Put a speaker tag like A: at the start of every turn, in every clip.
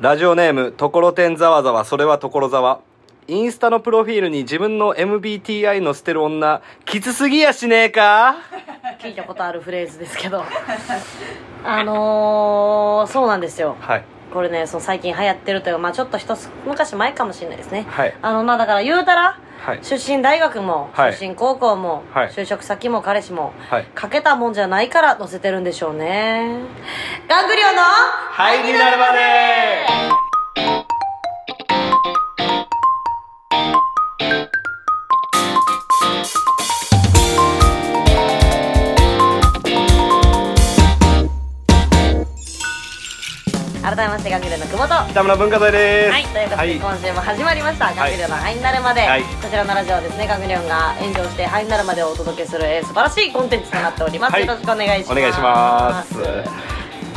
A: ラジオネーム、ところてんざわざわ、それはところざわ。インスタのプロフィールに自分の MBTI の捨てる女、きつすぎやしねえか
B: 聞いたことあるフレーズですけどあのー、そうなんですよ
A: はい。
B: これねその最近流行ってるというか、まあ、ちょっと一つ昔前かもしれないですね、
A: はい
B: あのまあだから言うたら、
A: はい
B: 出身大学も、
A: はい
B: 出身高校も、
A: はい
B: 就職先も彼氏も、
A: はい
B: かけたもんじゃないから載せてるんでしょうねガングリオンの
A: はい、になるまで
B: 改めましてガングリオンの久保と
A: 北村文化財です。
B: はい、ということで、
A: はい
B: 今週も始まりました「ガングリオンの灰になるまで」
A: はい
B: こちらのラジオはですねガングリオンが炎上して灰になるまでをお届けする、えー素晴らしいコンテンツとなっております、
A: はい
B: よろしくお願いします
A: お願いします。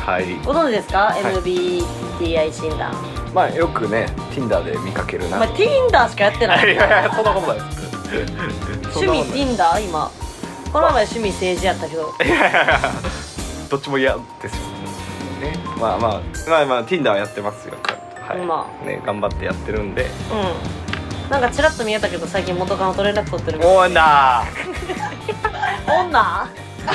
A: はい。
B: ご存知ですか、
A: い
B: MBTI 診断
A: まあ、よくね、Tinder で見かける
B: お
A: な。
B: 前 Tinder しかやってないい
A: やいや、そんなことないです。
B: 趣味 Tinder 今この前趣味政治やったけど
A: いやいやいや どっちも嫌ですよねねまあまあまあまあ Tinder はやってますよちゃんとはい、
B: ま
A: ね頑張ってやってるんで
B: うんなんかちらっと見えたけど最近元カノと連絡取ってる
A: おーな
B: 女
A: ー 言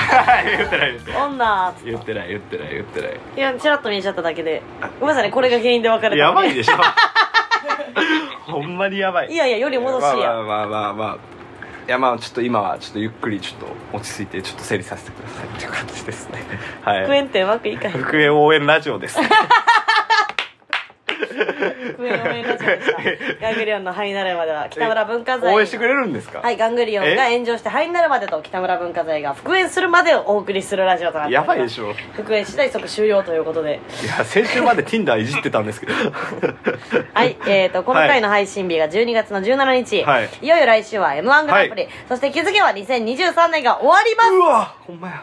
A: ってない言ってない
B: 女
A: 言ってない言ってない言ってない
B: いやちらっと見えちゃっただけでごめんなさいねこれが原因で別れた
A: やばいでしょほんまにやばい
B: いやいやより戻しや、
A: まあまあまあまあ、まあいやまあちょっと今はちょっとゆっくりちょっと落ち着いてちょっと整理させてくださいっていう感じです ねはい
B: 復縁ってうまくいかへん
A: 復縁応援ラジオ です
B: 復縁応援ラジオでしたガングリオンの灰になるまでは北村文化財
A: 応援してくれるんですか
B: はい、ガングリオンが炎上して灰になるまでと北村文化財が復縁するまでをお送りするラジオとなっており
A: や
B: ます
A: ばいでしょ
B: 復縁次第即終了ということで
A: いや先週まで Tinder いじってたんですけ ど
B: はいえー、とこの回の配信日が12月の17日、
A: はい
B: よいよ来週は m 1グランプリ、そして気づけば2023年が終わります
A: うわほんまや、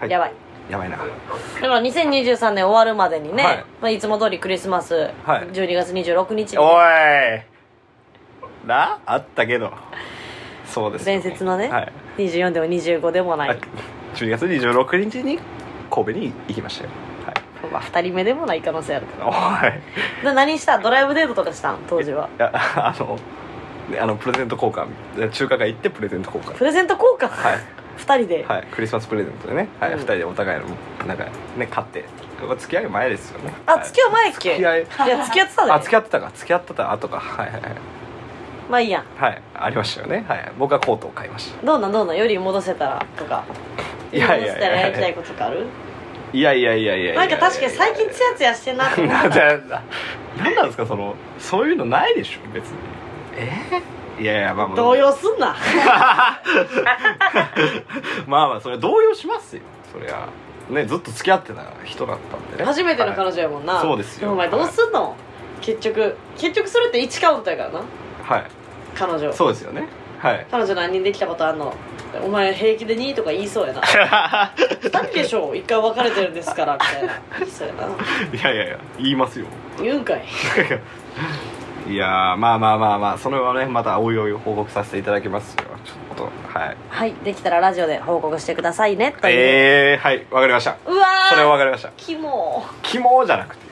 A: は
B: やばい
A: やばいな
B: だから2023年終わるまでにね、
A: はい
B: いまあ、いつも通りクリスマス、
A: はい
B: 12月26日に
A: おいなあったけどそうですよ
B: 伝説のね、
A: はい
B: 24でも25でもない、
A: あ10月26日に神戸に行きましたよ
B: まあ、2人目でもない可能性あるか
A: はいおい
B: らで何したドライブデートとかしたん当時はい
A: やあのねあのプレゼント交換中華街行ってプレゼント交換
B: プレゼント交換、
A: はい
B: 2人で、
A: はいクリスマスプレゼントでね、はい
B: うん
A: 2人でお互いのなんかね買ってこれ付き合い前ですよね
B: あ
A: はい
B: 付き合う前っけ
A: 付き合い
B: いや付き合ってたで
A: あ付き合ってたか付き合ってた後かはいはいはい
B: まあいいやん
A: はいありましたよねはい僕はコートを買いました
B: どうなんどうなんより戻せたらとか
A: いやいやいや
B: 戻せたらやりたいこととかある
A: いやいやいやいやいや
B: なんか確かに最近ツヤツヤしてんなって思っ
A: な
B: た
A: んだなんなんですかそのそういうのないでしょ別にえいやいやまあまあ
B: 動揺すんな
A: まあまあそれは動揺しますよそりゃねずっと付き合ってた人だったんでね
B: 初めての彼
A: は
B: 女やもんな、
A: はいそうですよ、
B: お前どうすんの、結局結局それって1カウントやからない
A: はい
B: 彼女
A: そうですよねはい
B: 彼女何人できたことあんのお前平気で2とか言いそうやな2人でしょ1回別れてるんですからみたいな言いそうやない
A: やいやいや言いますよ
B: 言うんかい
A: いやーまあまあまあまあそれはねまたおいおい報告させていただきますよちょっとはい
B: はいできたらラジオで報告してくださいねという、
A: えー、はいわかりました
B: うわー
A: それはわかりました
B: キモ
A: キモじゃなくて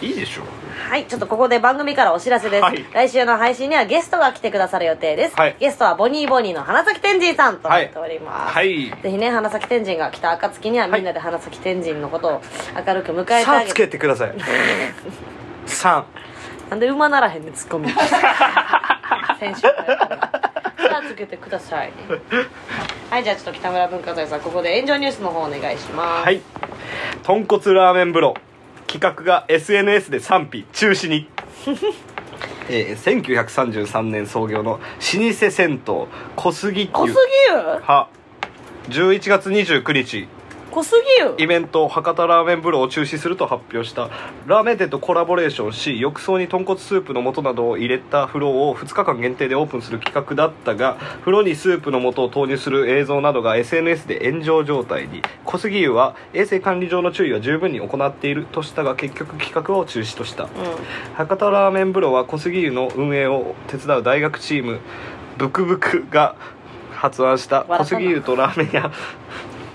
A: いいでしょ
B: はいちょっとここで番組からお知らせです、
A: はい
B: 来週の配信にはゲストが来てくださる予定です、
A: はい
B: ゲストはボニーボニーの花咲天神さんとなっております、
A: はい
B: ぜひね花咲天神が来た暁にはみんなで花咲天神のことを明るく迎えてあげ
A: 3
B: て、
A: つけてください3
B: なんで馬ならへんねツッ コミ先週からさあつけてくださ いはいじゃあちょっと北村文化財さんここで炎上ニュースの方お願いします
A: はい豚骨ラーメン風呂企画が SNS で賛否中止 にえー、1933年創業の老舗銭湯小杉
B: 小
A: 湯
B: 杉湯
A: は11月29日
B: 小杉
A: イ
B: 湯
A: ベント博多ラーメン風呂を中止すると発表したラーメン店とコラボレーションし浴槽に豚骨スープの素などを入れた風呂を2日間限定でオープンする企画だったが風呂にスープの素を投入する映像などが SNS で炎上状態に小杉湯は衛生管理上の注意は十分に行っているとしたが結局企画を中止とした
B: う
A: 博多ラーメン風呂は小杉湯の運営を手伝う大学チームブクブクが発案した小杉湯とラーメン屋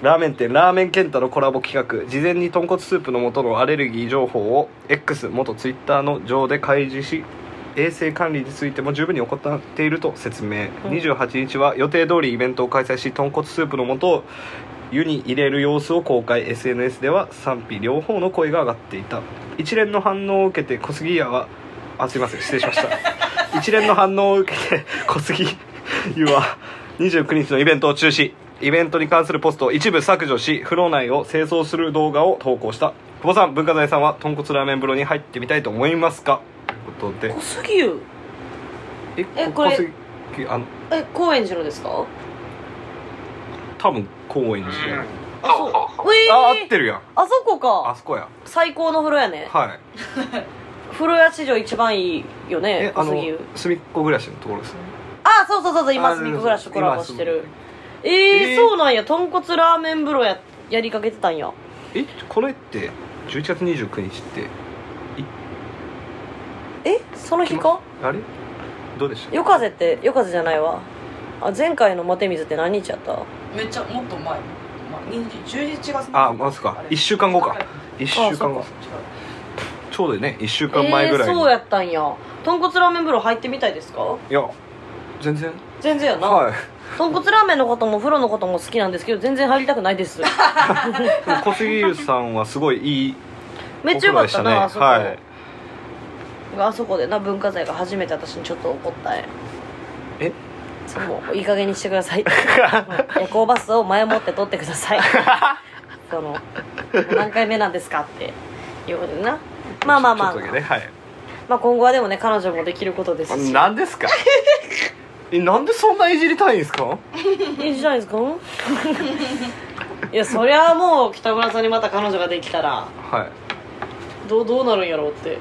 A: ラーメン店ラーメンケンタのコラボ企画事前に豚骨スープの元のアレルギー情報を X 元 Twitter の上で開示し衛生管理についても十分に行っていると説明、
B: うん
A: 28日は予定通りイベントを開催し豚骨スープの元を湯に入れる様子を公開 SNS では賛否両方の声が上がっていた一連の反応を受けて小杉谷はあすいません失礼しました一連の反応を受けて小杉湯は29日のイベントを中止イベントに関するポストを一部削除し風呂内を清掃する動画を投稿した久保さん文化財さんは豚骨ラーメン風呂に入ってみたいと思いますかということで
B: 小杉湯
A: え
B: えこれ
A: 小杉あの
B: え高円寺のですか
A: 多分高円寺や
B: あそうえー、
A: あ合ってるやん
B: あそこ
A: あ
B: か
A: そこや
B: 最高の風呂やね
A: はい
B: 風呂屋史上一番いいよね
A: えあ
B: 小
A: の
B: 杉湯
A: 隅っこ暮らしのところですね
B: あそうそうそうそう今
A: あ
B: スミックフラッシュコラボしてるえー、
A: えー
B: そうなんや豚骨ラーメン風呂ややりかけてたんや
A: えこれって11月29日って
B: えその日か
A: あれどうでした
B: 夜風って夜風じゃないわあ前回のマテ水って何日やった
C: めっちゃもっと前前11月の
A: あまずか
C: あれ
A: 1週間後か1週間
B: あ
A: 後
C: 違う
A: ちょうどね1週間前ぐらい
B: えー
A: に
B: そうやったんや豚骨ラーメン風呂入ってみたいですか
A: いや全然
B: 全然やな、
A: はい
B: 豚骨ラーメンのことも風呂のことも好きなんですけど全然入りたくないです
A: でも小杉湯さんはすごいいい
B: めっちゃよかったな、あ
A: お
B: そ
A: 風
B: こ、
A: 呂でしたね
B: あそこでな文化財が初めて私にちょっと怒ったんや
A: え
B: そのもういい加減にしてくだ さいうん夜行バスを前もって取ってくださいそのもう何回目なんですかっていうことでなまあまあまあ、
A: ちょっとだけね はい
B: まあ今後はでもね彼女もできることですし
A: 何ですかえなんでそんないじりたいんですか
B: いいじゃないですか いやそりゃもう北村さんにまた彼女ができたら
A: はい
B: どうどうなるんやろうって、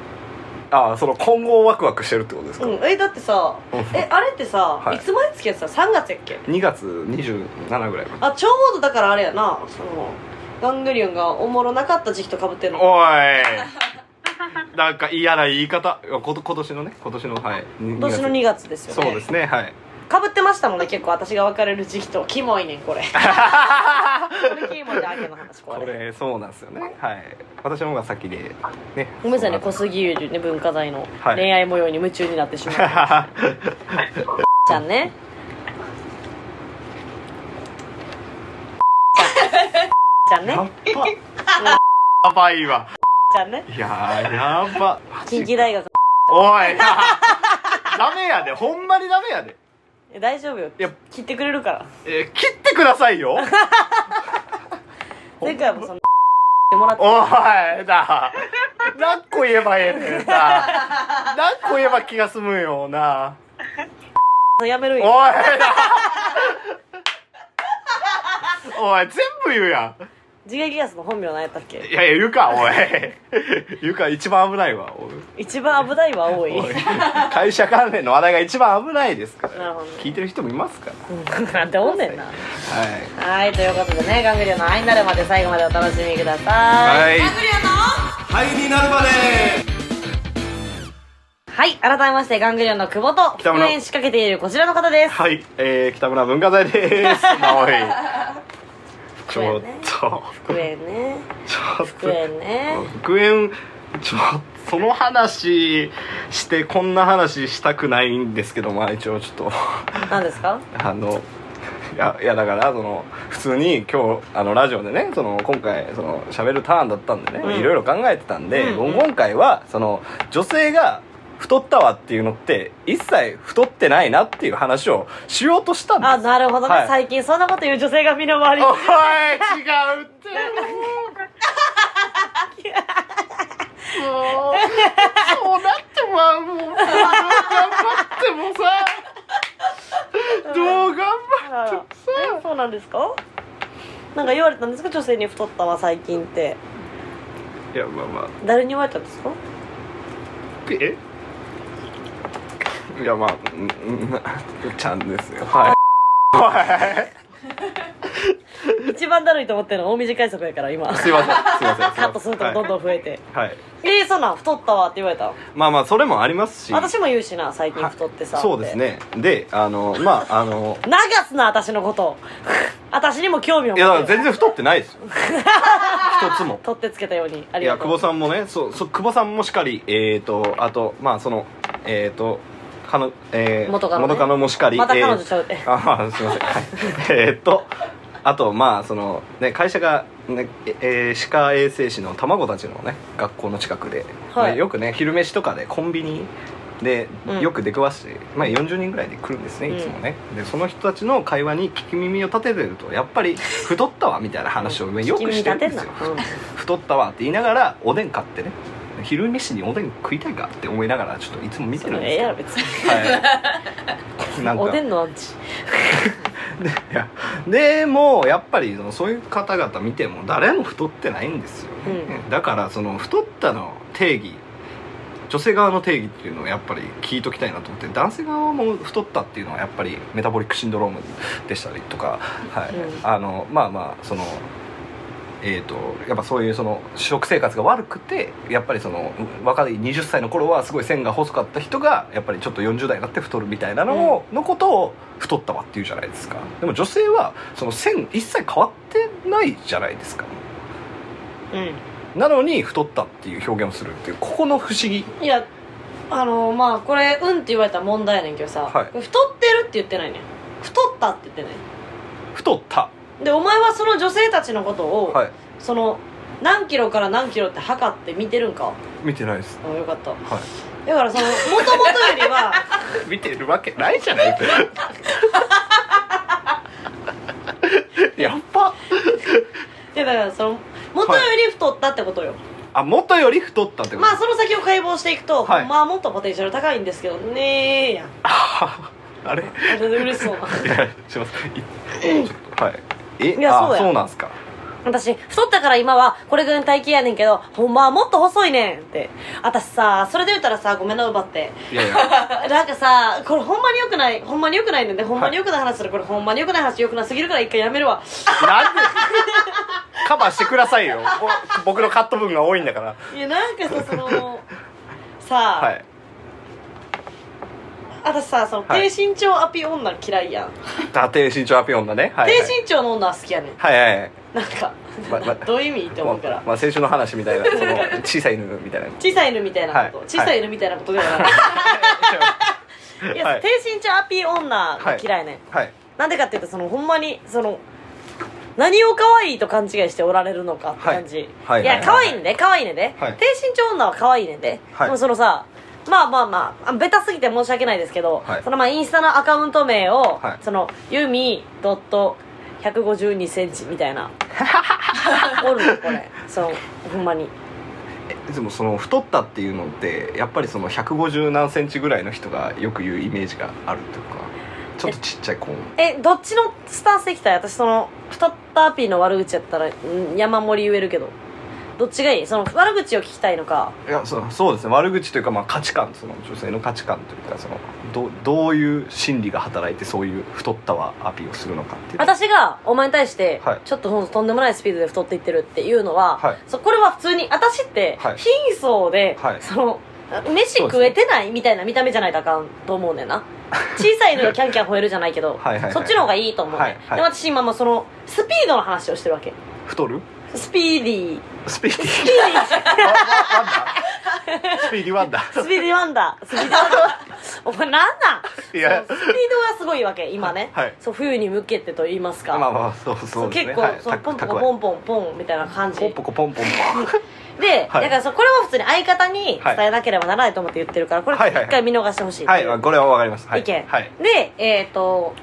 A: ああその今後をワクワクしてるってことです
B: う
A: か、
B: ん、えだってさえあれってさ、
A: はい
B: い、つまで付き合ってた3月やっけ
A: 2月27ぐらいまで
B: あちょうどだからあれやなそのガングリオンがおもろなかった時期とかぶってんの
A: おいなんか嫌な言い方こと今年のね今年のはい
B: 今年の2月ですよね
A: そうですねはい
B: かぶってましたもんね結構私が別れる時期とキモいねん これこれキモいであけの話こ
A: こ
B: れ
A: れそうなんですよねはい私の方が先でね
B: ごめんなさいね
A: そう
B: 小杉優ね文化財の
A: はい
B: 恋愛模様に夢中になっ てしまう、
A: なんです
B: ちゃんね ちゃんね
A: やっぱやばいわ
B: ちゃんね
A: いやーやば
B: 近畿大学
A: おい ダメやでほんまにダメやで
B: え大丈夫よ
A: いや
B: 切ってくれるから
A: えー切ってくださいよ
B: 前回もそのってもらって
A: おいなあ何個言えばええねんなあ何個言えば気が済むんよなあ
B: やめるん
A: おい
B: よ
A: なおい全部言うや
B: 自撃ガスの本名なんやったっ
A: ん
B: け
A: いやいや言うかおい言うか一番危ないわおい
B: 一番危ないは多い
A: おい会社関連の話題が一番危ないですから
B: なるほどね
A: 聞いてる人もいますから
B: うん なんておんねんな
A: はい
B: はいということでねガングリオンの愛になるまで最後までお楽しみください
A: い
C: ガングリオンの
A: はいになるまで
B: はい、改めましてガングリオンの久保と
A: 北
B: 復
A: 村
B: 縁仕掛けているこちらの方です
A: はい、えー、北村文化財です。直井。ち
B: 園
A: ょっ
B: ね
A: と、
B: 復縁ね
A: ちょっと
B: 復、縁ね
A: 復縁、ちょっと、その話して、こんな話したくないんですけど、まあ一応ちょっと、
B: 何ですか
A: あの、いや、いやだから、その、普通に今日、あの、ラジオでね、その、今回、その、喋るターンだったんでね、
B: うん
A: いろいろ考えてたんで、
B: うんうん
A: 今回は、その、女性が、太ったわっていうのって一切太ってないなっていう話をしようとしたんです
B: あなるほどね、
A: はい
B: 最近そんなこと言う女性が身の回りに
A: おい違うってもうそうなってまうもうどう頑張っても さどう頑
B: あ
A: 張
B: ら
A: っても
B: えそうなんですかなんか言われたんですか女性に太ったわ最近って
A: さいやまあまあ
B: 誰に言われたんですか
A: えいやまあうんうんちゃんですよはいはい
B: 一番だるいと思ってるの大短い速やから今
A: すいませんすいません
B: カットするとこどん
A: ん
B: どん増えて、
A: はい、はい、
B: えー、そんなん太ったわって言われた
A: まあまあそれもありますし
B: 私も言うしな最近太ってさ
A: そうですねであのまああの
B: 流すな私のこと 私にも興味を
A: いやだか
B: 持
A: ら
B: って
A: 全然太ってないですよ一つも
B: 取ってつけたようにあ
A: い
B: り
A: や
B: がと
A: 久
B: う
A: 保さんもねそうそう久保さんもしっかりえーとあとまあそのえーとかの、えー
B: 元カノね
A: 元カノもしっかり
B: また彼
A: え
B: 女
A: ー
B: ちゃうって、
A: ああすいませんはいえーっとあとまあそのね会社が、ねえー歯科衛生士の卵たちのね学校の近くで、
B: はい
A: ねよくね昼飯とかでコンビニで
B: うん
A: よく出くわして、まあ、40人ぐらいで来るんですね
B: うん
A: いつもね、でその人たちの会話に聞き耳を立ててるとやっぱり太ったわみたいな話を
B: うん
A: よくしてるんですよ、
B: 聞き 耳立てんな
A: 太ったわって言いながらおでん買ってね昼飯におでん食いたいかって思いながらちょっといつも見て
B: うん
A: るん
B: それ
A: で
B: え
A: す
B: え
A: けど
B: やろ別
A: はい、
B: に
A: なんか
B: おでんのアンチ
A: でいやでもやっぱりそのそういう方々見ても誰も太ってないんですよね、だからその太ったの定義女性側の定義っていうのをやっぱり聞いときたいなと思って男性側も太ったっていうのはやっぱりメタボリックシンドロームでしたりとか、はい
B: うん
A: あのまあまあそのえー、とやっぱそういうその食生活が悪くてやっぱりその若い20歳の頃はすごい線が細かった人がやっぱりちょっと40代になって太るみたいなのを、のことを太ったわっていうじゃないですかでも女性はその線一切変わってないじゃないですか
B: う
A: なのに太ったっていう表現をするっていうここの不思議
B: んいやあのまあこれ「うん」って言われたら問題やねんけどさ、
A: はい
B: 太ってるって言ってないねん太ったって言ってない
A: 太った
B: でお前はその女性たちのことを、
A: はい
B: その何キロから何キロって測って見てるんか
A: 見てないです
B: あよかった
A: は
B: だからそ のもともとよりは
A: い見てるわけないじゃないですか やっぱ
B: いやだからその元より太ったってことよ、
A: あ元より太ったってこと
B: まあその先を解剖していくと、
A: はい
B: まあもっとポテンシャル高いんですけどねえ やん
A: あれ
B: あれ嬉しそうな
A: いやしますいちょっとはいえ
B: いや
A: あ
B: そうや
A: そうなんすか
B: 私太ったから今はこれぐらいの体型やねんけどほんまはもっと細いねんって私さそれで言ったらさごめんな 奪って
A: いやいや
B: なんかさこれほんまによくないほんまによくないねんでほんまによくない話するこれほんまによくない話よくなすぎるから一回やめるわ
A: なんでカバーしてくださいよぼ僕のカット分が多いんだから
B: いやなんかさ そのさあ、
A: はい
B: 私さその
A: は
B: 低
A: い
B: 身長アピ女嫌いやん、
A: あ低身長アピオンだねはいはい
B: 低身長の女は好きやねん
A: はいはいはい
B: なんか、
A: まま
B: どういう意味って思うから、
A: まあ、青春の話みたいなその小さい犬みたいな
B: 小 さい犬みたいなこと、
A: はい
B: 小さい犬みたいなことではない、い、や、
A: はい
B: 低身長アピ女が嫌いねん、
A: はい
B: なんでかっていうとそのほんまにその何を可愛いと勘違いしておられるのかって感じ、
A: はいはい
B: い
A: はい
B: や可愛いねんで可愛いねんで、
A: はい
B: 低身長女は可愛いねんで、
A: はい
B: でもそのさまあまあまああベタすぎて申し訳ないですけど、
A: はい
B: そのまあインスタのアカウント名を、
A: はい
B: そのユミドット152センチみた いなおるのこれそのほんまに
A: えでもその太ったっていうのってやっぱりその150何センチぐらいの人がよく言うイメージがあるというかちょっとちっちゃい子
B: えどっちのスタンスできたい私その太ったアピーの悪口やったらん山盛り言えるけどどっちがいいその悪口を聞きたいのか
A: いやそうそうですね悪口というか、まあ、価値観その女性の価値観というかそのどどういう心理が働いてそういう太ったはアピールをするのかっていう
B: 私がお前に対して
A: はい
B: ちょっとほんととんでもないスピードで太っていってるっていうのは、
A: はい
B: そこれは普通に私って
A: はい
B: 貧相で、
A: はい
B: その飯食えてないみたいな見た目じゃないとあかんと思うねんな小さいのがキャンキャン吠えるじゃないけ ど
A: はいはいはい
B: そっちの方がいいと思うねん、
A: はいはい
B: で私今もうそのスピードの話をしてるわけ
A: 太る
B: スピーディー
A: スピーディーワンダースピーディーワンダー
B: スピーディーワンダ ースピーディーワンダーお前なんなん
A: いや
B: そうスピードがすごいわけ今ね、
A: はい
B: そう冬に向けてと言いますか、
A: まあまあそうそうです
B: 結
A: ね
B: 構、
A: はい
B: そう
A: た
B: ポンポ
A: た
B: コ
A: くわ
B: ポンポンポンみたいな感じ
A: ポンポコポンポンポン
B: で、
A: はい
B: だからそうこれは普通に相方に伝えなければならないと思って言ってるからこれ
A: はいはいはい
B: 一回見逃してほしいって
A: はいいうまあこれはわかりますはい
B: 意見、
A: はい
B: でえっ、と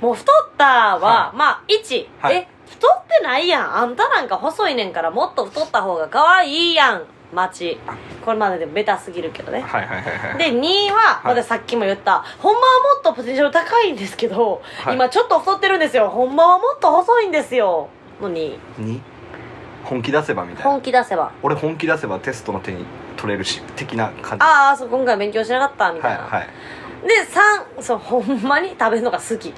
B: もう太ったは、
A: はい
B: まあ1、
A: はい
B: え太ってないやんあんたなんか細いねんからもっと太った方が可愛いやん街これまででベタすぎるけどね
A: はいはいはいはい
B: で2位は、
A: はい
B: まださっきも言ったほんまはもっとポテンシャル高いんですけど、
A: はい
B: 今ちょっと太ってるんですよほんまはもっと細いんですよのに
A: に本気出せばみたいな
B: 本気出せば
A: 俺本気出せばテストの手に取れるし的な感じ
B: ああそう今回勉強しなかったみた
A: はいい
B: な、
A: はい
B: で3そうほんまに食べるのが好き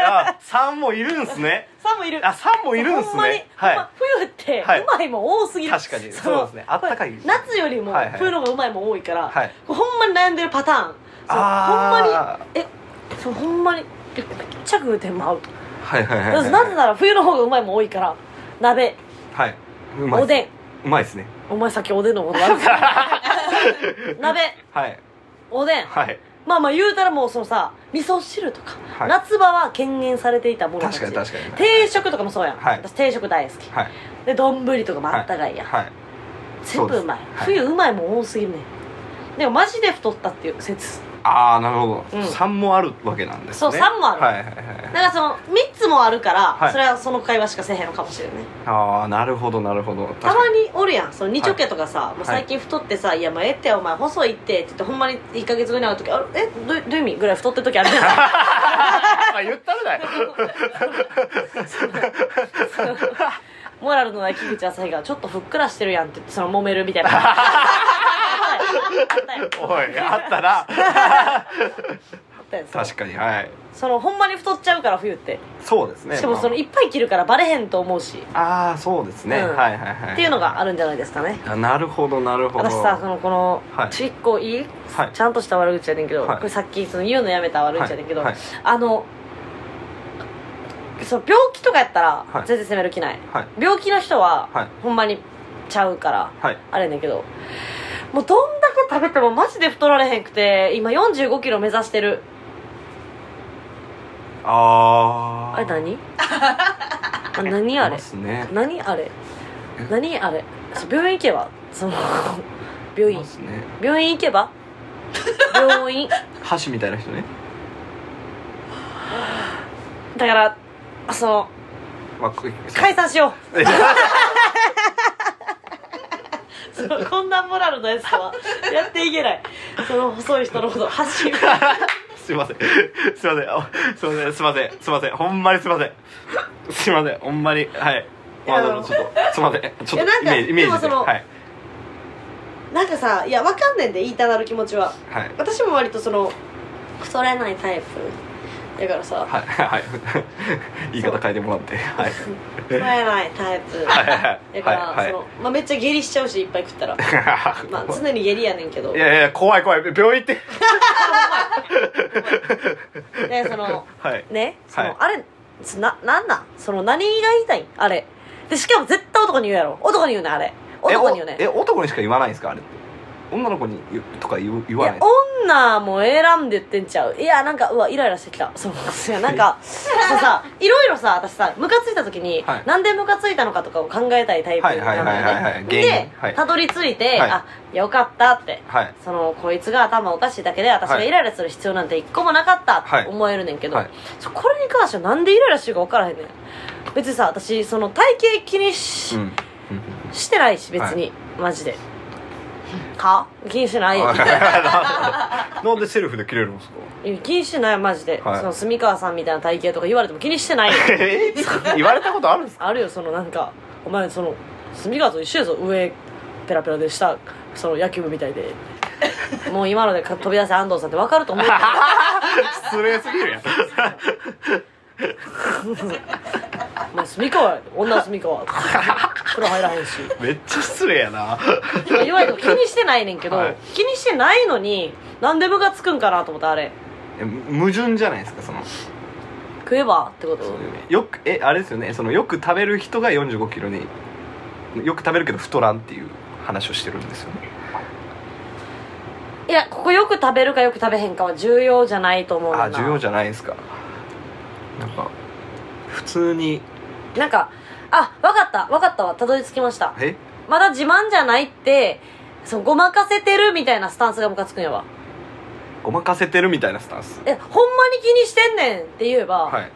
A: あ三もいるんすね
B: 3もいる
A: あ三もいるんす
B: ほんまに、
A: ねは
B: ほん
A: い
B: ま冬って
A: はいう
B: まいもん多すぎる、
A: 確かに
B: の
A: そうですねあったかい
B: 夏よりも
A: はいはい
B: 冬の方がうまいもん多いから、
A: はい
B: ほんまに悩んでるパターンそうほんまに
A: あ
B: えそうほんまに結局ちっちゃく打ても合う
A: はいはいはい、
B: な
A: はい、
B: ぜなら冬の方がうまいもん多いから鍋
A: はいうまい
B: おでん
A: うまいですね
B: お前さっきおでんのこと悪く 言った鍋
A: はい
B: おでん
A: はい
B: まあまあ言うたらもうそのさ味噌汁とか、
A: はい
B: 夏場は権限されていたものたち
A: 確かに確かに
B: 定食とかもそうやん、
A: はい
B: 私定食大好き
A: はい
B: で丼とかもあったかいやん、
A: はい
B: 全部うまい
A: そうですはい
B: 冬うまいもん多すぎるねんでもマジで太ったっていう説
A: ああなるほ
B: うん
A: ど、三3もあるわけなんですね
B: そう三もある
A: はいはいはい
B: なんかその3つもあるから、
A: はい
B: それはその会話しかせえへんのかもしれない
A: ああなるほどなるほど
B: たまにおるやんその二丁家とかさ、もう
A: い
B: 最近太ってさ「い、やまあええってお前細いって」って言ってほんまに1か月後に会う時「あれえどうどういう意味?」ぐらい太ってる時あるやん
A: あ言ったらだよ
B: モラルのない木口朝日が「ちょっとふっくらしてるやん」って言ってその揉める みたいなあったやんあったやん
A: おいあった ら
B: あったやんその
A: 確かにはい
B: そのほんまに太っちゃうから冬って
A: そうですね
B: しかもそのいっぱい着るからバレへんと思うし、
A: ああーそうですね、
B: うん
A: はいはいはい
B: っていうのがあるんじゃないですかね
A: あなるほどなるほど
B: 私さそのこの、
A: はい
B: ちょ一個いい、
A: はい
B: ちゃんとした悪口やねんけど、
A: はい
B: これさっきその言うのやめた悪口やねんけど、
A: はい
B: あのその病気とかやったら
A: はい
B: 全然責める気ない、
A: はい
B: 病気の人は、
A: はい
B: ほんまにちゃうから
A: はい
B: あれやねんけどもうどんだけ食べてもマジで太られへんくて今4 5キロ目指してる
A: あー
B: あれ何あ何あ
A: いま
B: れ
A: すね
B: 何あれ
A: え
B: 何あれそう病院行けばそ の病
A: い
B: 院
A: ますね
B: 病院行けば病院
A: 箸みたいな人ね
B: だからその
A: まあこ
B: 解散しよう
A: いや
B: そのこんなモラルのやつと はやっていけないその細い人のこと走る
A: すいませんすいませんあすいませんすいませんすいませんほんまにすいませんすいませんほんまにはいまあ
B: いや
A: でもちょっとすいませんちょっ
B: いやな
A: と
B: ん
A: イ
B: か
A: メージイメージ
B: でもその
A: はい
B: なんかさいやわかんねんで言いたなる気持ちは
A: はい
B: 私も割とその太れないタイプだからさ
A: はいはい言い方変えてもらってはい
B: 太れないタイプ
A: はいは
B: だ
A: い
B: から、
A: はい
B: そ
A: は
B: の、まあ、めっちゃ下痢しちゃうしいっぱい食ったら
A: い
B: まあ常に下痢やねんけ ど
A: いやいや怖い怖い病院行って
B: でその
A: はい
B: ねその、
A: はい
B: あれそななんなんその何が言いたいんあれでしかも絶対男に言うやろ男に言うねんあれ男に言うねん
A: えおえ男にしか言わないんですかあれって女の子に言うとか言う言
B: い
A: わな
B: や
A: い
B: 女も選んでってんちゃういやなんかうわイライラしてきたそういやなんかそうさいろいろさ私さムカついた時に、
A: はい
B: なんでムカついたのかとかを考えたいタイプな
A: はいはいはいはいはい
B: のね
A: 原因
B: で
A: はい
B: たどり着いて、
A: はい
B: あよかったって
A: はい
B: そのこいつが頭おかしいだけで私が
A: はい
B: イライラする必要なんて一個もなかった
A: はい
B: って思えるねんけど、
A: はい
B: そうこれに関してはなんでイライラしてるか分からへんねん別にさ私その体型気にし,、
A: うんうん
B: してないし別に、マジでか気にし てないやん
A: なんでセルフで切れるんですか
B: いや気にしてないよマジで、
A: はい
B: その住川さんみたいな体型とか言われても気にして ないよ
A: え言われたことあるんですか
B: あるよそのなんかお前その住川と一緒やぞ上ペラペラで下その野球部みた いでもう今のでか飛び出せ安藤さんって分かると思うけど
A: 失礼すぎるやん
B: お前住川やで女は 住川風呂入らへんし
A: めっちゃ失礼やな
B: 言われても気にしてないねんけど、
A: はい
B: 気にしてないのになんでムカつくんかなと思ったあれ
A: え矛盾じゃないですかその
B: 食えばってこと
A: よくえあれですよねそのよく食べる人が4 5キロによく食べるけど太らんっていう話をしてるんですよね
B: いやここよく食べるかよく食べへんかは重要じゃないと思うねんな
A: あ重要じゃないですかなんか普通に
B: なんかあわかったわかったわたどり着きました
A: え
B: まだ自慢じゃないってそうごまかせてるみたいなスタンスがムカつくんやわ
A: ごまかせてるみたいなスタンス
B: えほんまに気にしてんねんって言えば、
A: はい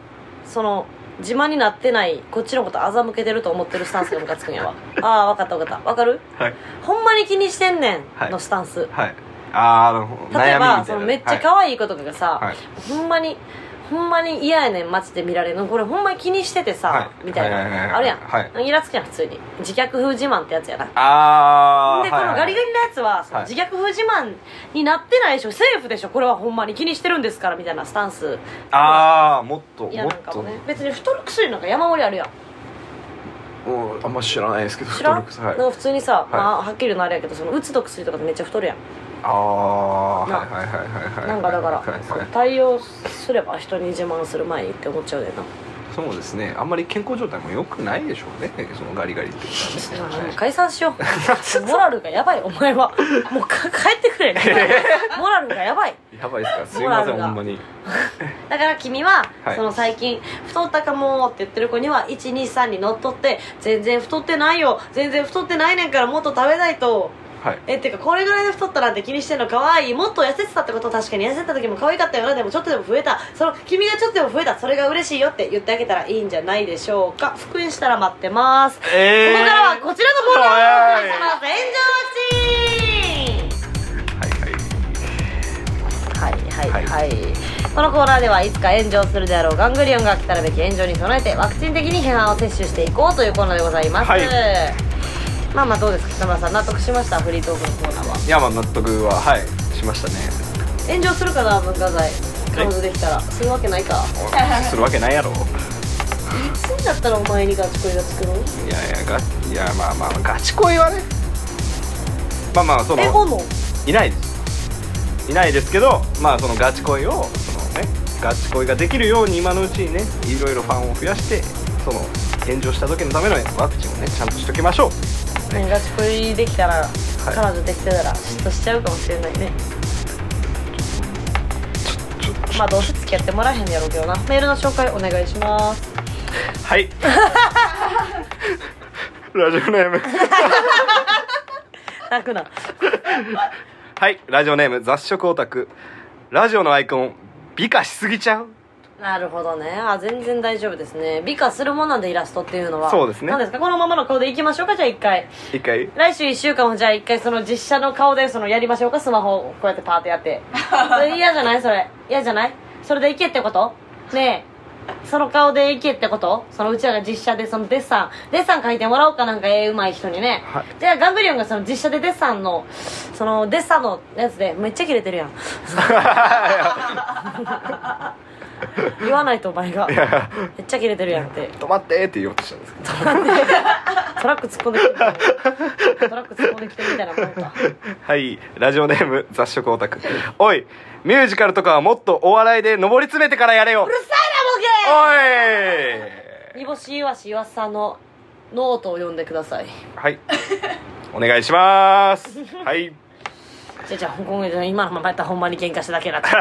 B: その自慢になってないこっちのこと欺けてると思ってるスタンスがムカつくんや わああわかったわかったわかる
A: はい
B: ほんまに気にしてんねんのスタンス、
A: はいああなるほど
B: 例
A: 悩
B: え
A: み
B: ば
A: みた
B: そ
A: い
B: の
A: な
B: めっちゃ可愛い子とかがさ、
A: はい
B: ほんまにほんまに嫌やねん街で見られるのこれほんまに気にしててさ、
A: はい
B: みたいな、
A: はいはいはいはい
B: あるやん、
A: は
B: イラつくやん普通に自虐風自慢ってやつやな
A: ああ
B: でこのガリガ
A: リ
B: リのやつは、その
A: はい
B: 自虐風自慢になってないでしょセーフでしょこれはほんまに気にしてるんですからみたいなスタンス
A: ああもっと
B: いや
A: も
B: な
A: っ
B: んか
A: と
B: もね別に太る薬なんか山盛りあるやん
A: うんあんま知らないですけど
B: 知ら
A: 太
B: ん
A: るくさはい
B: なんか普通にさ、まあ、はっきり言うのあれやけどそのうつの薬とかでめっちゃ太るやん、
A: ああはい
B: な
A: はいはいはいはい
B: なんかだから、
A: はいはい
B: 対応すれば人に自慢する前にって思っちゃうでな、
A: そうですねあんまり健康状態も良くないでしょうねそのガリガリってことはね
B: もう解散しようモラルがやばいお前はもうか帰っ てくれモラルがやばい
A: やばいですかすいません
B: モ
A: ほ
B: ラルが
A: んまに
B: だから君は、
A: はい
B: その最近太ったかもって言ってる子には123にのっとって全然太ってないよ全然太ってないねんからもっと食べないと
A: はい
B: えってかこれぐらいで太ったなんて気にしてんのかわいいもっと痩せてたってこと確かに痩せてた時も可愛かったよなでもちょっとでも増えたその君がちょっとでも増えたそれが嬉しいよって言ってあげたらいいんじゃないでしょうか復縁したら待ってます、
A: え
B: ここからはこちらのコーナーをお送りします炎上ワクチンはいはいはい、このコーナーではいつか炎上するであろうガングリオンが来たるべき炎上に備えてワクチン的に批判を接種していこうというコーナーでございます、
A: はい
B: まあまあどうですか北村さん納得しましたフリートークのコーナーはい
A: やまあ納得ははいしましたね
B: 炎上するかな文化財彼女できたらするわけないか
A: おするわけないやろ
B: いつになったらお前にガチ恋がつくの
A: いやいやガいやまあまあガチ恋はねまあまあその
B: えおの
A: いないですいないですけどまあそのガチ恋をそのねガチ恋ができるように今のうちにねいろいろファンを増やしてその炎上した時のためのワクチンをねちゃんとしときましょう
B: ねガチ恋できたら
A: い
B: 彼女できてたら嫉妬しちゃうかもしれないねまあどうせ付き合ってもらえへんやろうけどなメールの紹介お願いします
A: はい ラジオネーム
B: 泣くな
A: はいラジオネーム雑食オタクラジオのアイコン美化しすぎちゃう
B: なるほどねあ全然大丈夫ですね美化するもんなんでイラストっていうのは
A: そうですね
B: なんですかこのままの顔でいきましょうかじゃあ一回
A: 一回
B: 来週1週間もじゃあ一回その実写の顔でそのやりましょうかスマホをこうやってパーってやって それ嫌じゃないそれ嫌じゃないそれでいけってことねえその顔でいけってことそのうちらが実写でそのデッサンデッサン書いてもらおうかなんか絵うまい人にね、
A: はい
B: じゃあガンブリオンがその実写でデッサンのそのデッサンのやつでめっちゃキレて るやん言わないとお前がめっちゃキレてるやんって
A: 止まってって言おうとしたんですけど
B: トラック突っ込んできてるからトラック突っ込んできてるみたいなもんか
A: はいラジオネーム雑食オタクおいミュージカルとかはもっとお笑いで上り詰めてからやれよおい
B: 煮干しいわしいわしさんのノートを読んでください
A: はいお願いしますはい
B: じゃあじゃあ香港で今のままやったらほんまに喧嘩しただけ だった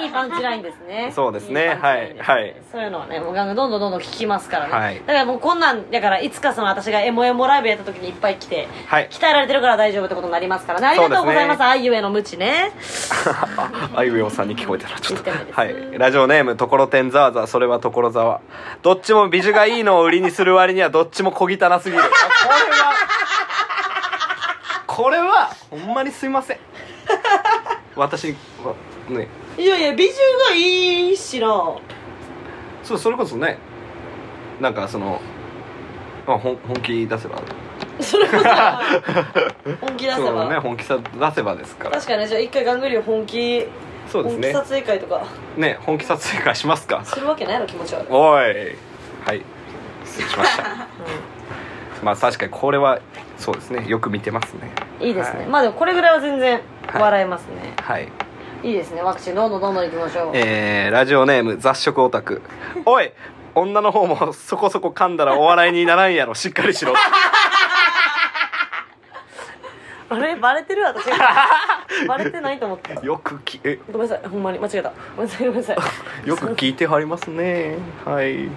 B: いいパンチラインですね
A: そうですね
B: いパンチラインですね
A: はいはい
B: そういうのはねもうどんどんどんどん聞きますからね、
A: はい
B: だからもうこんなんだからいつかその私がエモエモライブやった時にいっぱい来て
A: はい
B: 鍛えられてるから大丈夫ってことになりますからねありがとうござ
A: そうで
B: います
A: すね
B: あいうえの無知ね
A: ああいうえおさんに聞こえたらちょっと
B: 言って
A: は
B: ないです
A: いラジオネームところてんざわざそれはところざわどっちも美女がいいのを売りにする割にはどっちも小汚すぎるあこれはこれはほんまにすいません私わね
B: いやいや美女がいいしな
A: そうそれこそねなんかその、まあ、本本気出せば
B: それこそ本気出せ
A: そう
B: ば、
A: ね本気さ出せばですから
B: 確かにねじゃあ一回ガングリオン本気
A: そうですね
B: 本気撮影会とか
A: ね本気撮影会しますか
B: するわけないの気持ち悪い、
A: おいはい失礼しました まあ確かにこれはそうですねよく見てますね
B: うん、いいですね、
A: はい
B: まあでもこれぐらいは全然笑えますね、
A: はい
B: い、いですねワクチンどんどんどんどんいきましょう
A: えー、ラジオネーム雑食オタクおい女の方もそこそこ噛んだらお笑いにならんやろしっかりしろ
B: あれバレてる 私バレてないと思った
A: よくきえ
B: ごめんなさいほんまに間違えたごめんなさいごめん なさい
A: よく聞いてはりますね はい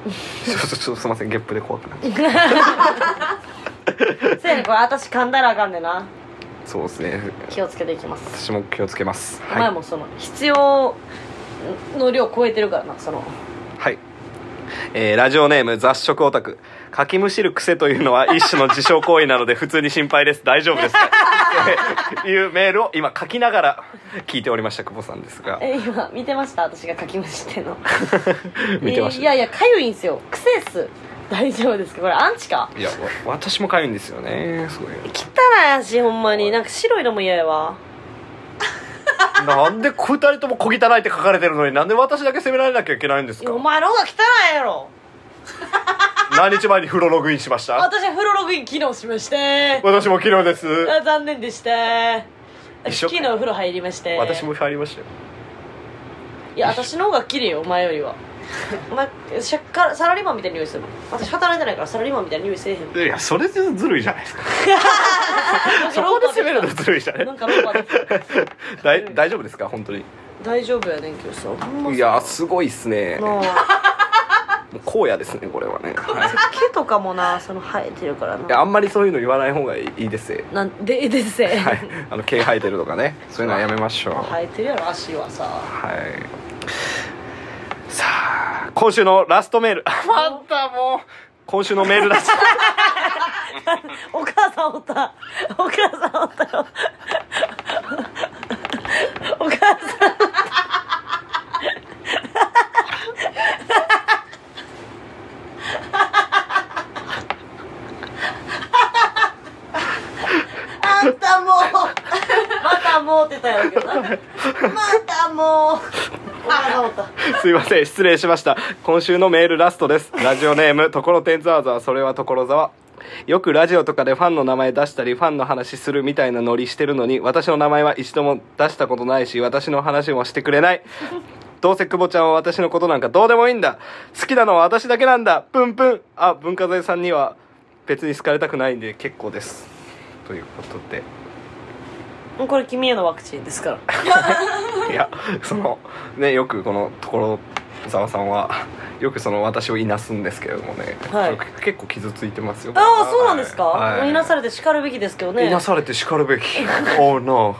A: ちょっとちょっとすいませんゲップで怖くなっちゃう
B: せやねこれ私噛んだらあかんでな
A: そうですね
B: 気をつけていきます、
A: 私も気をつけます
B: お前
A: はい、
B: もその必要の量超えてるからなその
A: はいえー、ラジオネーム雑食オタクかきむしる癖というのは一種の自傷行為なので普通に心配です大丈夫 ですかというメールを今書きながら聞いておりました久保さんですが
B: え今見てました私が書きましてんの
A: 見てました
B: えいやいやかゆいんすよクセっす大丈夫ですかこれアンチか
A: いやわ私もかゆいんですよねそういう
B: 汚い足ほんまになんか白いのも嫌やわ
A: のなんでこ二人とも小汚いって書かれてるのになんで私だけ責められなきゃいけないんです
B: い
A: か
B: やお前の方が汚いやろ
A: 何日前に風呂ログインしました
B: 私風呂ログイン昨日しまして
A: 私も昨日です
B: あ残念でした
A: 一
B: 私
A: 緒
B: 昨日風呂入りまして
A: 私も入りましたよ
B: いや私の方が綺麗よお前よりはお前しゃからサラリーマンみたいな匂いする私働いてないからサラリーマンみたいな匂いせえへん
A: いやそれでずるいじゃない ですか そこで攻めるのずるいじゃない
B: なんかローバーで
A: だい 大丈夫ですか本当に
B: 大丈夫やねんけどさほんまさ
A: いやすごいっすね
B: な
A: もう荒野ですねこれはね、はい
B: あ毛とかもなその生えてるから
A: いや
B: な
A: あんまりそういうの言わない方がいいですよ
B: なんででせ、
A: はいあの毛生えてるとかねそういうのはやめましょう
B: 生えてるやろ足はさ
A: はいさあ今週のラストメールまたもう今週のメールだし
B: お母さんおったお母さんおったよお母さんあんたもうまたもうって言ったやろうけどなまたもうお母さんおった
A: すいません失礼しました今週のメールラストですラジオネームところてんざわざわそれは所沢よくラジオとかでファンの名前出したりファンの話するみたいなノリしてるのに私の名前は一度も出したことないし私の話もしてくれないどうせ久保ちゃんは私のことなんかどうでもいいんだ好きなのは私だけなんだプンプンあ文化財さんには別に好かれたくないんで結構ですということで
B: もうこれ君へのワクチンですから
A: いやそのねよくこの所沢さんはよくその私をいなすんですけれどもね、
B: はい
A: 結構傷ついてますよ
B: ああそうなんですか、
A: はい
B: い、なされて叱るべきですけどね
A: いなされてしかるべ きおうの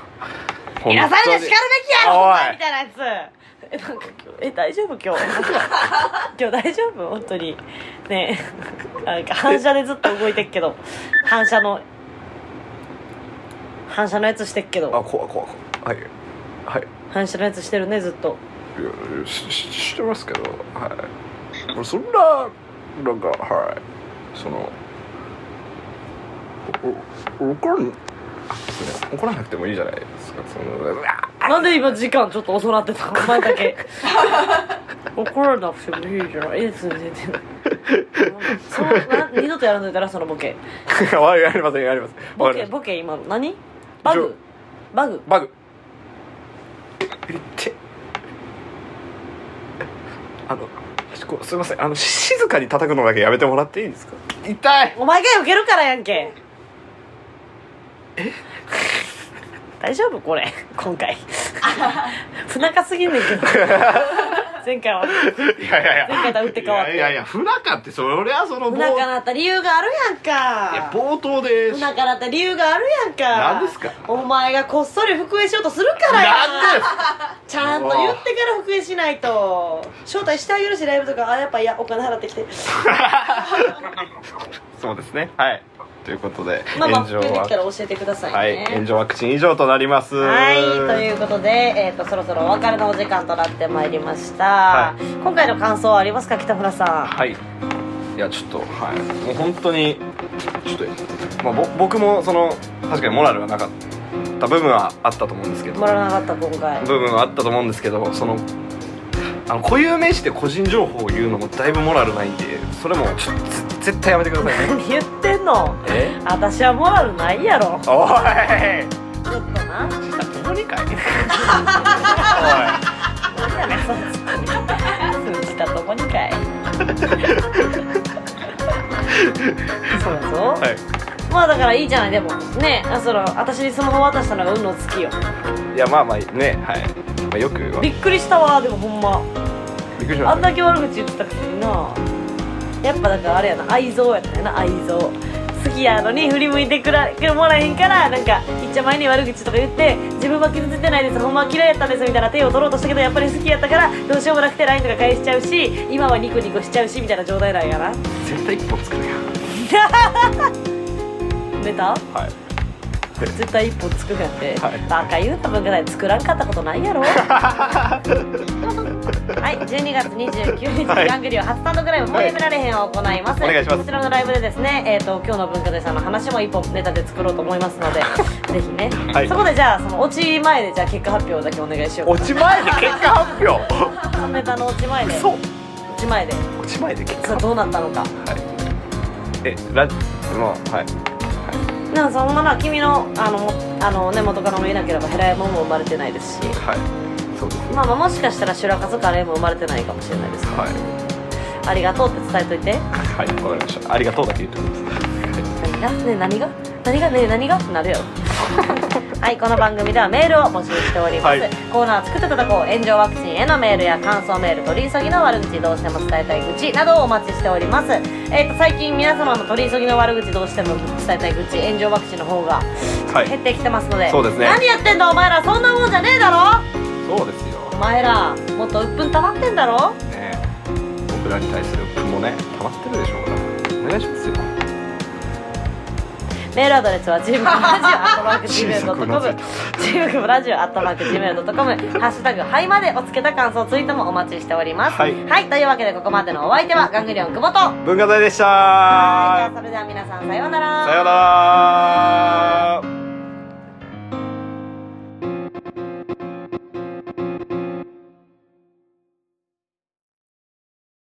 B: いなされて叱るべきやろ
A: おい
B: お前みたいなやつえなんか今日 え大丈夫今日今日大丈夫本当にねえなんか反射でずっと動いてっけど反射の反射のやつしてっけ
A: あ
B: ど
A: 怖い怖い怖いはいはい
B: 反射のやつしてるねずっと
A: いやしししてますけどはい俺そんななんかはいそのおお怒らんあそうね怒らなくてもいいじゃないですかそのうわ
B: なんで今時間ちょっと遅なってたのお前 だけ怒らなくてもいいじゃないいや全然全 然そのな二度とやらんといたらそのボケ
A: ーわかりませんわかりません
B: ボ
A: わかりませ
B: ケ
A: ん
B: ボケ今の何バ
A: じ
B: グバグ
A: バグえってあのこうすいませんあの静かに叩くのだけやめてもらっていいですか痛い
B: お前が避けるからやんけえ 大丈夫これ 今回不仲すぎんねんけど前回はい
A: やいやいや
B: 前回とは打って変わって
A: いやいやいや不仲ってそれはその
B: 不
A: 冒
B: 仲なった理由がある
A: いや
B: やんか
A: 冒頭で
B: 不
A: す
B: 仲なった理由があるやんか
A: 何ですか
B: お前がこっそり復縁しようとするからや
A: なんで
B: ちゃんと言ってから復縁しないと招待してあげるしライブとかあやっぱいやお金払ってきて
A: そうですねはいということで
B: まあまあ
A: 炎上
B: 出てきたら
A: は
B: 教えてくださいね、
A: はい炎上ワクチン以上となります
B: はい、ということで、えー、とそろそろお別れのお時間となってまいりました、
A: は
B: 今回の感想はありますか北村さ
A: はい。いやちょっとはい。もう本当にちょっとまあぼ僕もその確かにモラルがなかった部分はあったと思うんですけ
B: ん
A: ど、
B: もらわなかった今回
A: 部分はあったと思うんですけど、そのあの固有名詞で個人情報を言うのもだいぶモラルないんで、それもちょっとぜ絶対やめてくださいね。
B: 何言ってんの
A: え？
B: 私はモラルないやろち
A: おい。
B: ょっとな
A: ここにかい。
B: 何やねんその 通じたとこにかいそうだぞ、
A: おい。はい。
B: まあだからいいじゃないでもねあその私にスマホ渡したのが運の月よ
A: いやまあまあねはい。まあよくは
B: び
A: び
B: っくりしたわでもほんま
A: っくりし
B: あ
A: まし
B: ん
A: た。
B: だけ悪口言ってたくせになやっぱだからあれやな愛憎やったよな愛憎好きやのに振り向いてくらくれもらえへんからなんかいっちゃ前に悪口とか言って自分は傷ついてないですほんまは嫌いやったんですみたいな手を取ろうとしたけどやっぱり好きやったからどうしようもなくて LINE とか返しちゃうし今はニコニコしちゃうしみたいな状態なん やな
A: 絶対一本作るよ。
B: ネタ
A: はい。
B: 絶対一本つくんやって、
A: はい
B: バカ言うた文化財作らんかったことないやろはい12月29日
A: はい
B: ガングリオ初スタンドグライブ「もうやめられへん」を行います、
A: お願いします
B: こちらのライブでですね、えー、と今日の文化財さんの話も一本ネタで作ろうと思いますの でぜひね、
A: はい
B: そこでじゃあその落ち前でじゃあ結果発表だけお願いしよう
A: 落ち前で結果発表。
B: そのネタの落ち前で
A: そう。
B: 落ち前で
A: 落ち前で結果
B: さあどうなったのか
A: はい、えラジまあはい
B: なんかそんなな君のあのあの、ね、元カノもいなければヘラヤモンも生まれてないですし、
A: はいそうですね
B: まあ、まあもしかしたらシュラカズカレーも生まれてないかもしれないです
A: はい
B: ありがとうって伝えといて
A: はいわかりましたありがとうだけ言っておきます
B: 何がね何が何がね何がってなるよ はいこの番組ではメールを募集しております、
A: はい
B: コーナー作ってたとこ炎上ワクチンへのメールや感想メール取り急ぎの悪口どうしても伝えたい愚痴などをお待ちしておりますえっ、と最近皆様の取り急ぎの悪口どうしても伝えたい愚痴炎上ワクチンの方が
A: はい
B: 減ってきてますので、
A: そうですね
B: 何やってんだお前らそんなもんじゃねえだろ
A: そうですよ
B: お前らもっと鬱憤溜まってんだろ
A: ね僕らに対する分もね溜まってるでしょうからお願いしますよ
B: メールアドレスは gmail.com
A: 小
B: gmail.com ハッシュタグハイまでをつけた感想ツイートもお待ちしております
A: はい
B: というわけでここまでのお相手はガングリオン久保と
A: 文化財でし
B: はいじゃあ
A: た
B: それでは皆さんさようなら
A: さようなら